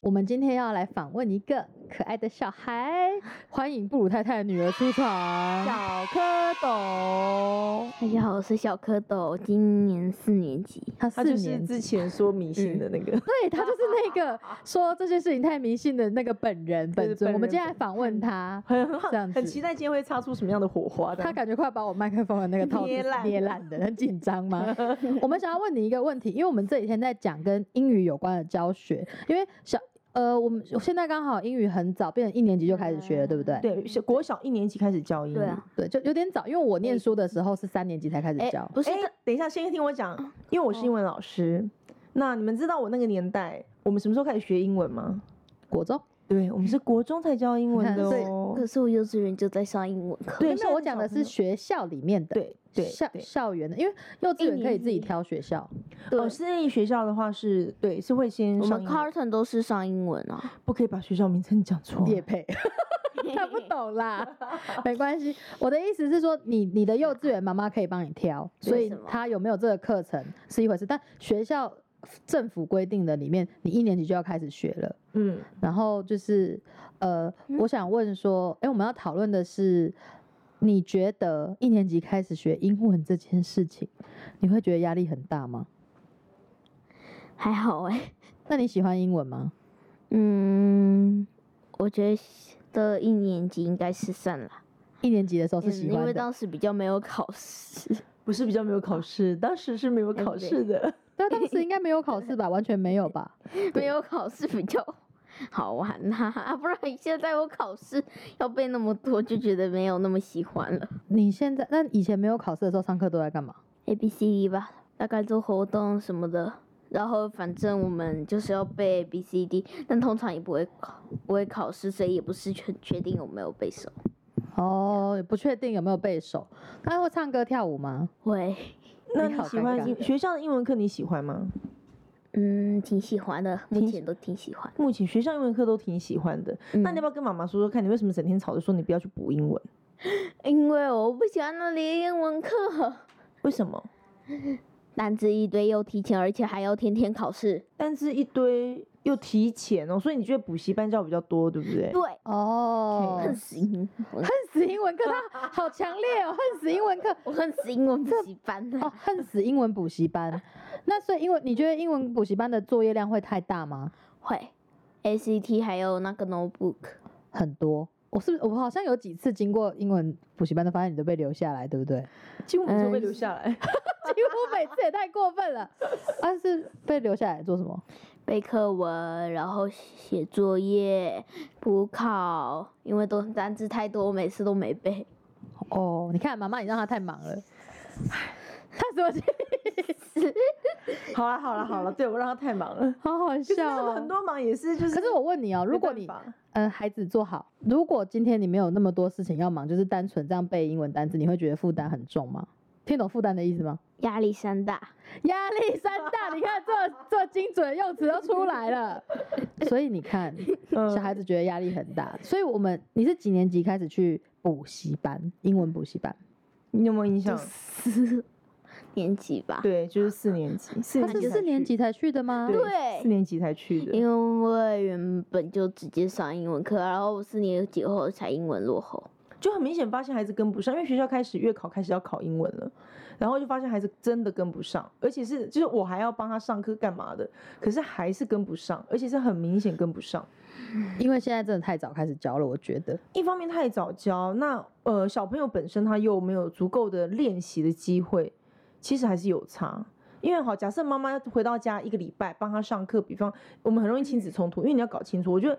我们今天要来访问一个可爱的小 孩，欢迎布鲁太太的女儿出场。小蝌蚪，大家好，我是小蝌蚪，今年四年级。她他四就是年级之前说迷信的那个，对他就是那 个说这件事情太迷信的那个本人对本尊。本人我们今天来访问 他，很很好这样，子很期待今天会擦出什么样的火花的。他感觉快把我麦克风的那个套子捏烂捏烂的，很紧张 吗？我们想要问你一个问题，因为我们这几天在讲跟英语有关的教学，因为小呃，我们我现在刚好英语很早，变成一年级就开始学了，对不对？对，小国小一年级开始教英语。对啊，对，就有点早，因为我念书的时候是三年级才开始教。不是哎的，等一下，先听我讲，因为我是英文老师。那你们知道我那个年代，我们什么时候开始学英文吗？国中，对，我们是国中才教英文的你看哦。可是我幼稚园就在上英文课。对没有，我讲的是学校里面的，对对校对校园的，因为幼稚园可以自己一年级挑学校，哦，私立学校的话是对，是会先我上们英文， Carton 都是上英文 啊。不可以把学校名称讲错。也配。看不懂啦，没关系。我的意思是说，你你的幼稚园妈妈可以帮你挑，所以为什么他有没有这个课程是一回事，但学校政府规定的里面，你一年级就要开始学了。嗯，然后就是呃，我想问说，哎，我们要讨论的是，你觉得一年级开始学英文这件事情，你会觉得压力很大吗？还好哎、那你喜欢英文吗？嗯，我觉得一年级应该是算了，一年级的时候是喜嗯因欢为的，当时比较没有考试。不是比较没有考试，当时是没有考试的。但啊当时应该没有考试 吧？完全没有吧？没有考试比较好玩呐、 不然现在我考试要背那么多，就觉得没有那么喜欢了。你现在那以前没有考试的时候，上课都在 干嘛？ A B C D 吧，大概做活动什么的。然后反正我们就是要背 A B C D，但通常也不会考，不会考试，所以也不是确确定有没有背熟。哦，也不确定有没有背熟。那会唱歌跳舞吗？会，那你你好喜尴欢尬英学校的英文课？你喜欢吗？嗯，挺喜欢的，目挺前都挺喜欢。嗯目前学校英文课都挺喜欢的。嗯那你要不要跟妈妈说说看，你为什么整天吵着说你不要去补英文？因为我不喜欢那里的英文课，为什么？单字一堆又提前，而且还要天天考试。单字一堆又提前哦，所以你觉得补习班教比较多，对不对？对，哦，恨恨死英文，死英文课，他 好强烈哦，恨死英文 课。我恨死英文补习班了。哦，恨死英文补习班。那所以英文，你觉得英文补习班的作业量会太大吗？会，ACT 还有那个 notebook，很多，我是不是我好像有几次经过英文补习班都发现你都被留下来，对不 对？几乎你就被呃嗯留下 来。几乎每次也太过分了。啊，是被留下来做什么？背课文，然后写作业、补考，因为都是单字太多，我每次都没背。哦，你看妈妈，你让他太忙了。 他什么气？好了好了好了，对我让他太忙 了。好好就是笑他们很哦。多忙也是就是。可是我问你哦，如果没你办 法呃孩子做好，如果今天你没有那么多事情要忙，就是单纯这样背英文单词，你会觉得负担很重吗？听懂负担的意思吗？压力山大，压力山大，你看这这精准的用词都出来了。所以你看，嗯小孩子觉得压力很大。所以我们你是几年级开始去补习班？英文补习班？你有没有印象？四 年级吧。对，就是四年级，四他年级是才四年级啊才去的吗？对对四年级才去的。因为原本就直接上英文课，然后我四年级后才英文落后。就很明显发现孩子跟不上，因为学校开始月考开始要考英文了，然后就发现孩子真的跟不上，而且是就是我还要帮他上课干嘛的，可是还是跟不上，而且是很明显跟不上。因为现在真的太早开始教了，我觉得。一方面太早教，那呃小朋友本身他又没有足够的练习的机会，其实还是有差。因为好，假设妈妈回到家一个礼拜帮他上课，比方我们很容易亲子冲突，因为你要搞清楚，我觉得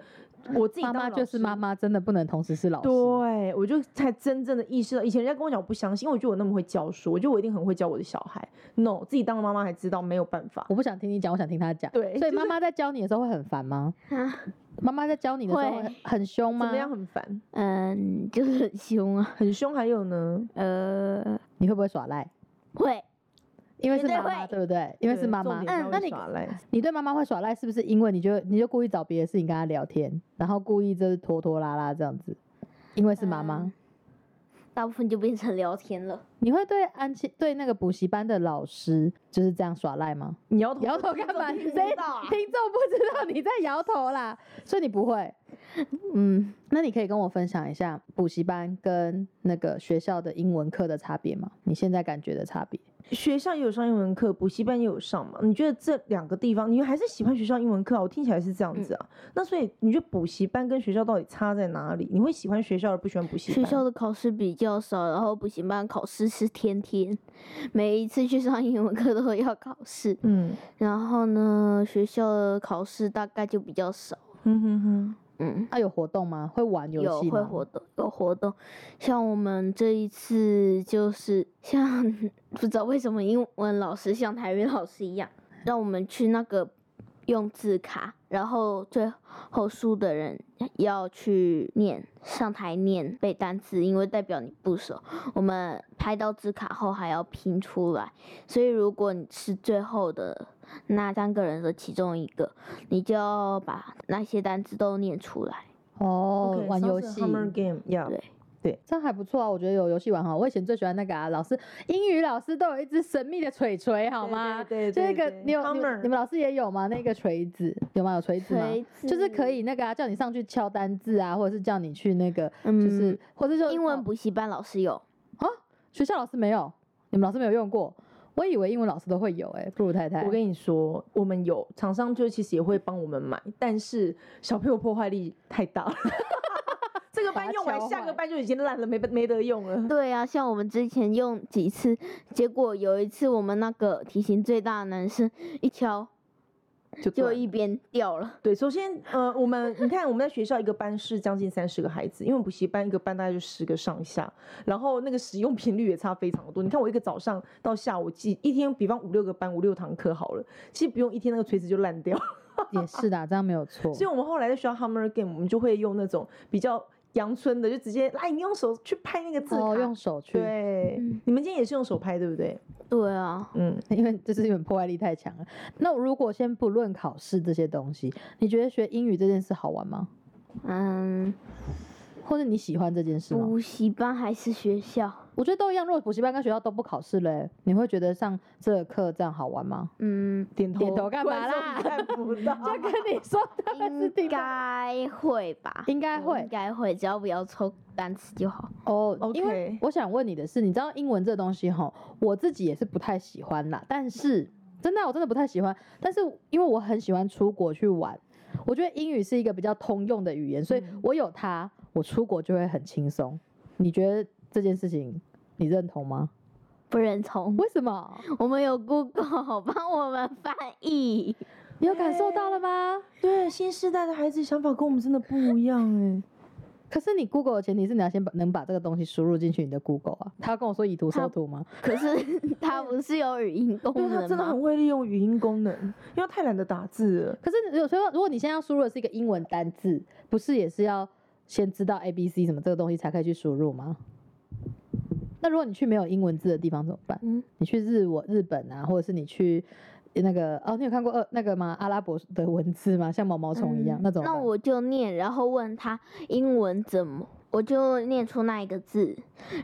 我自己妈当妈老就是师妈妈，真的不能同时是老师。对，我就才真正的意识到，以前人家跟我讲我不相信，因为我觉得我那么会教书，我觉得我一定很会教我的小孩。No，自己当了妈妈还知道没有办法。我不想听你讲，我想听他讲。对所以就是妈妈在教你的时候会很烦吗？啊，妈妈在教你的时候会很很凶怎吗么？样很烦， 嗯，就是很凶啊。很凶。还有呢，呃，你会不会耍赖？会，因为是绝对妈妈，会对不对？因为是对妈重妈。点嗯，那你耍赖，你对妈妈会耍赖，是不是因为你就你就故意找别的事情跟她嗯聊天，然后故意就是拖拖拉拉这样子？因为是妈妈，大部分就变成聊天了。你会对安琪对那个补习班的老师就是这样耍赖吗？你摇头摇头 干 嘛？听谁不听众到啊不知道你在摇头啦， 所以你不会。嗯，那你可以跟我分享一下补习班跟那个学校的英文课的差别吗？你现在感觉的差别？学校也有上英文课，补习班也有上嘛？你觉得这两个地方，你还是喜欢学校英文课啊？我听起来是这样子啊。嗯那所以你觉得补习班跟学校到底差在哪里？你会喜欢学校而不喜欢补习学班？校的考试比较少，然后补习班考试是天天，每一次去上英文课都会要考试。嗯然后呢，学校的考试大概就比较少。哼哼哼，嗯，啊，有活动吗？会玩游有戏吗？会活动，有活动，像我们这一次就是像 不知道为什么英文老师像台语老师一样，让我们去那个用字卡，然后最后输的人要去念上台念背单词，因为代表你不熟。我们拍到字卡后还要拼出来，所以如果你是最后的那三个人的其中一个，你就要把那些单词都念出来。哦玩游戏。 ，Summer Game，yeah，对这样还不错啊，我觉得有游戏玩哈。我以前最喜欢那个啊，老师英语老师都有一只神秘的锤锤，好吗？对就那对个对你有你们 Hammer 你们老师也有吗？那个锤子有吗？有锤子吗？锤就是可子以那个啊，叫你上去敲单字啊，或者是叫你去那个，嗯就是、或者就哦英文补习班老师有，学校老师没有，你们老师没有用过。我以为英文老师都会有、欸，哎，布鲁太太，我跟你说，我们有厂商就其实也会帮我们买，但是小朋友破坏力太大了。这个班用把它敲完，下坏个班就已经烂了，没没得用了。对啊，像我们之前用几次，结果有一次我们那个体型最大的男生一敲就就断了一边掉了，对，首先，呃，我们你看我们在学校一个班是将近三十个孩子，因为补习班一个班大概就十个上下，然后那个使用频率也差非常多。你看我一个早上到下午，记一天，比方五六个班，五六堂课好了，其实不用一天那个锤子就烂掉。也是的啊，这样没有错。所以我们后来在学校 Hammer Game，我们就会用那种比较阳春的，就直接来你用手去拍那个字卡。哦，用手去，对，嗯你们今天也是用手拍对不对？对啊，嗯， 因为就是因为破坏力太强了。那如果先不论考试这些东西，你觉得学英语这件事好玩吗？嗯，或者你喜欢这件事吗？补习班还是学校，我觉得都一样。如果补习班跟学校都不考试嘞、欸你会觉得上这个课这样好玩吗？嗯，点头点头干突然嘛说啦你看不到。 就跟你说 的是嗯应听到该会吧，应该我应会该会，只要不要抽单词就好。哦。因为 OK 我想问你的是，你知道英文这东西哈，我自己也是不太喜欢啦。但是真的啊、我真的不太喜欢。但是因为我很喜欢出国去玩，我觉得英语是一个比较通用的语言，所以嗯我有它，我出国就会很轻松。你觉得这件事情你认同吗？不认同，为什么？我们有 Google 帮我们翻译，你有感受到了吗？ 对，新时代的孩子想法跟我们真的不一样 哎、可是你 Google 的前提是你要先把能把这个东西输入进去你的 Google 啊。他要跟我说以图搜图吗？可是它不是有语音功因为能吗？他真的很会利用语音功能，因为他太懒得打字了。可是有时候如果你现在要输入的是一个英文单字，不是也是要先知道 A B C 什么这个东西才可以去输入吗？那如果你去没有英文字的地方怎么办？嗯，你去日我日本啊，或者是你去那个哦，你有看过呃那个吗？阿拉伯的文字吗？像毛毛虫一样、嗯那种。那我就念，然后问他英文怎么，我就念出那一个字，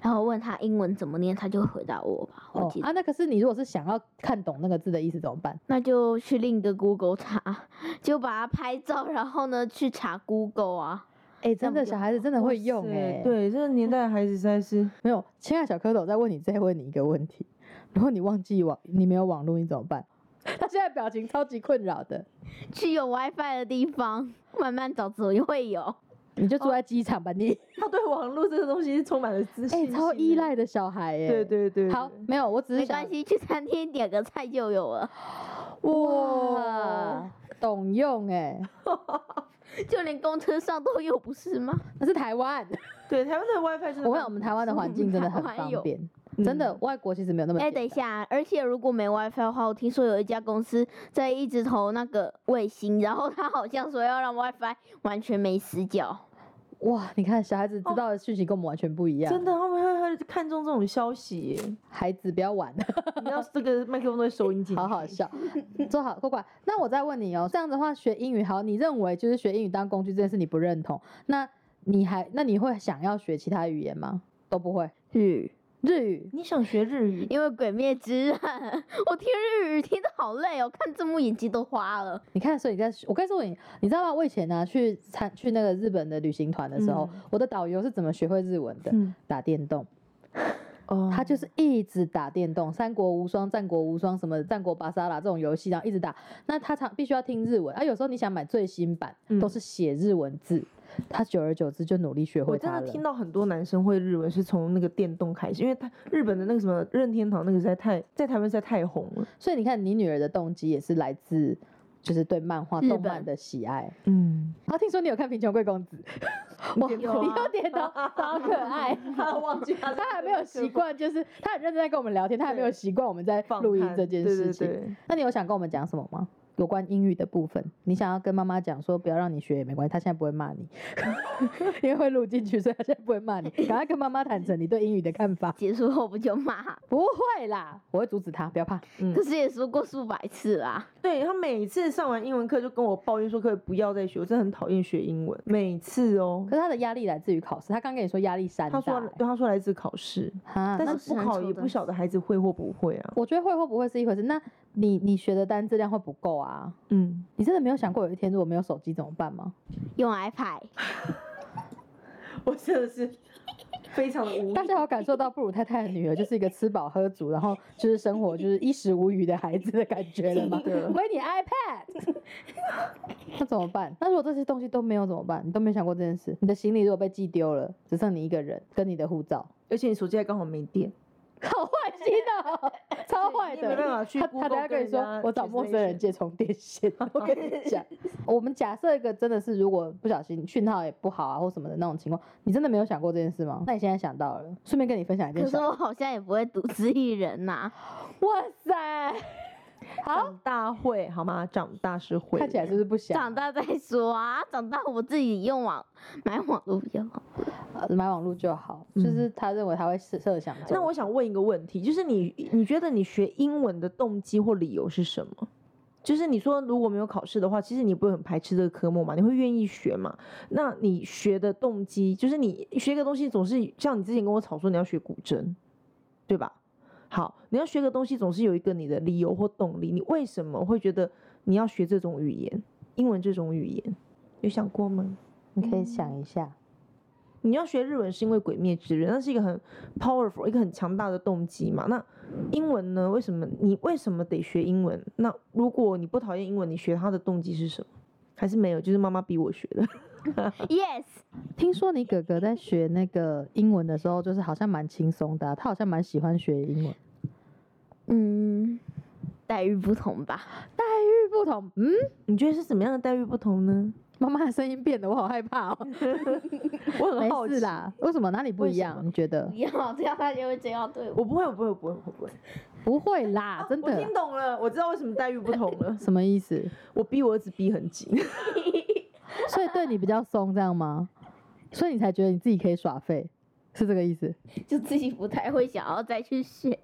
然后问他英文怎么念，他就会回答我吧。我哦记得，啊，那可是你如果是想要看懂那个字的意思怎么办？那就去另一个 Google 查， 就把它拍照，然后呢去查 Google 啊。哎、真那的不就小孩子真的哇会用塞哎、对，这个年代的孩子实在 是没有，亲爱的小蝌蚪，再问你，再问你一个问题：如果你忘记网，你没有网络，你怎么办？ 他现在表情超级困扰的，去有 WiFi 的地方，慢慢找，总会有。你就住在机场吧，哦你他对网络这个东西充满了自哎、信、超依。赖的小孩哎、对对对，好对，没有，我只是没想关系，去餐厅点个菜就有了，哇，懂用哎、就连公车上都有，不是吗？那是台 湾，对台湾的 WiFi 真的我看我们台湾的环境真的很台湾方有嗯便，真的，外国其实没有那么哎、简单。等一下，而且如果没 WiFi 的话，我听说有一家公司在一直投那个卫星，然后他好像说要让 WiFi 完全没死角。哇，你看小孩子知道的讯息跟我们完全不一样，哦真的，他们会会看重这种消息耶，孩子不要 玩。你要这 个麦克风都会收音进去。好好笑，做好乖乖。那我再问你哦，这样的话学英语好，你认为就是学英语当工具这件事你不认同，那你还那你会想要学其他语言吗？都不会。日语，日语你想学日语？因为《鬼灭之刃》， 我听日语听得好累哦，看字幕眼睛都花了。你看，所以你在，我跟你说，你你知道吗？我以前呢、去参去那个日本的旅行团的时候，嗯我的导游是怎么学会日文的？嗯，打电动，哦，他就是一直打电动，《三国无双》《战国无双》什么《战国巴沙拉》这种游戏，然后一直打。那他常必须要听日文，啊，有时候你想买最新版，嗯都是写日文字。他久而久之就努力学我会真它的了。听到很多男生会日文是从那个电动开始，因为他日本的那个什么任天堂那个实在太在台湾实在太红了。所以你看，你女儿的动机也是来自就是对漫画、日动漫本的喜爱。嗯，啊，听说你有看《贫穷贵公子》，我点 你头又点头，好可爱。嗯 他忘记他他还没有习惯，就是他很认真在跟我们聊天，他还没有对习惯我们在放录音看这件对事情。对对那你有想跟我们讲什么吗？有关英语的部分，你想要跟妈妈讲说，不要让你学也没关系，她现在不会骂你， 因为会录进去，所以她现在不会骂你。赶快跟妈妈坦诚你对英语的看法。结束后不就骂？不会啦，我会阻止她，不要怕。嗯可是也说过数百次啦。对他每次上完英文课就跟我抱怨说，可不可以不要再学，我真的很讨厌学英文，每次哦可。是她的压力来自于考试，她刚跟你说压力山大、他说，对他说来自考试，啊，但那是那是不很考丑也的不晓得孩子会或不会啊。我觉得会或不会是一回事。那你你学的单质量会不够啊？嗯，你真的没有想过有一天如果没有手机怎么办吗？用 iPad，我真的是非常的无语大家有感受到布鲁太太的女儿就是一个吃饱喝足，然后就是生活就是衣食无余的孩子的感觉了吗？的没你 iPad，那怎么办？那如果这些东西都没有怎么办？你都没想过这件事？你的行李如果被寄丢了，只剩你一个人跟你的护照，而且你手机还刚好没电，好坏心哦，超坏你也没办的。法去他他 Google 等下跟你说人，家我找陌生人 translation 借充电线。我跟 你讲，我们假设一个真的是，如果不小心讯号也不好啊，或什么的那种情况，你真的没有想过这件事吗？那你现在想到了，顺便跟你分享一件可小是我好像也不会独自一 人呐、哇 塞，好，长大会好吗？长大是会的，看起来就是不想长大再说啊，长大我自己用网买网络比较好。呃买网络就好，就是他认为他会设设想中。那我想问一个问题，就是你你觉得你学英文的动机或理由是什么？就是你说如果没有考试的话，其实你不会很排斥这个科目嘛？你会愿意学嘛？那你学的动机，就是你学一个东西总是像你之前跟我吵说你要学古筝，对吧？好，你要学个东西总是有一个你的理由或动力，你为什么会觉得你要学这种语言，英文这种语言？有想过吗？你可以想一下，你要学日文是因为《鬼灭之刃》，那是一个很 powerful、一个很强大的动机嘛。那英文呢？为什么你为什么得学英文？那如果你不讨厌英文，你学它的动机是什么？还是没有？就是妈妈逼我学的。 Yes，听说你哥哥在学那个英文的时候，就是好像蛮轻松的啊、他好像蛮喜欢学英文。嗯，待遇不同吧？待遇不同，嗯， 你觉得是怎么样的待遇不同呢？妈妈的声音变了，我好害怕哦。我很好 没奇事。啦，为什么？哪里不一为什样？么你觉得不？要，这样他就会这样对我。我不会，我不会，我不会，我不会。 不会啦，啊 真我的。听。懂了，我知道为什么待遇不同了什么意思？我逼我儿子逼很紧。 所以对你比较松，这样吗？所以你才觉得你自己可以耍废，是这个意思？就自己不太会想要再去学。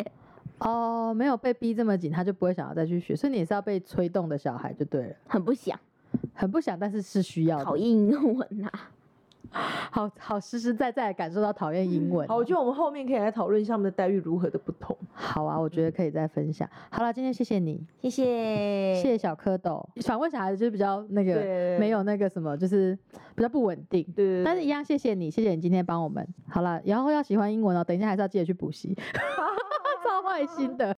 哦，没有被逼这么紧，他就不会想要再去学，所以你也是要被催动的小孩就对了，很不想，很不想，但是是需要讨的，厌英文啊呐、好好实实在在地感受到讨厌英文。哦好，我觉得我们后面可以来讨论一下他们的待遇如何的不同。好啊，我觉得可以再分享。好了，今天谢谢你，谢谢，谢谢小蝌蚪。访问小孩子就是比较那个对，没有那个什么，就是比较不稳定。对。对，对但是一样，谢谢你，谢谢你今天 帮我们。好了，然后要喜欢英文哦，等一下还是要记得去补习，超坏心的。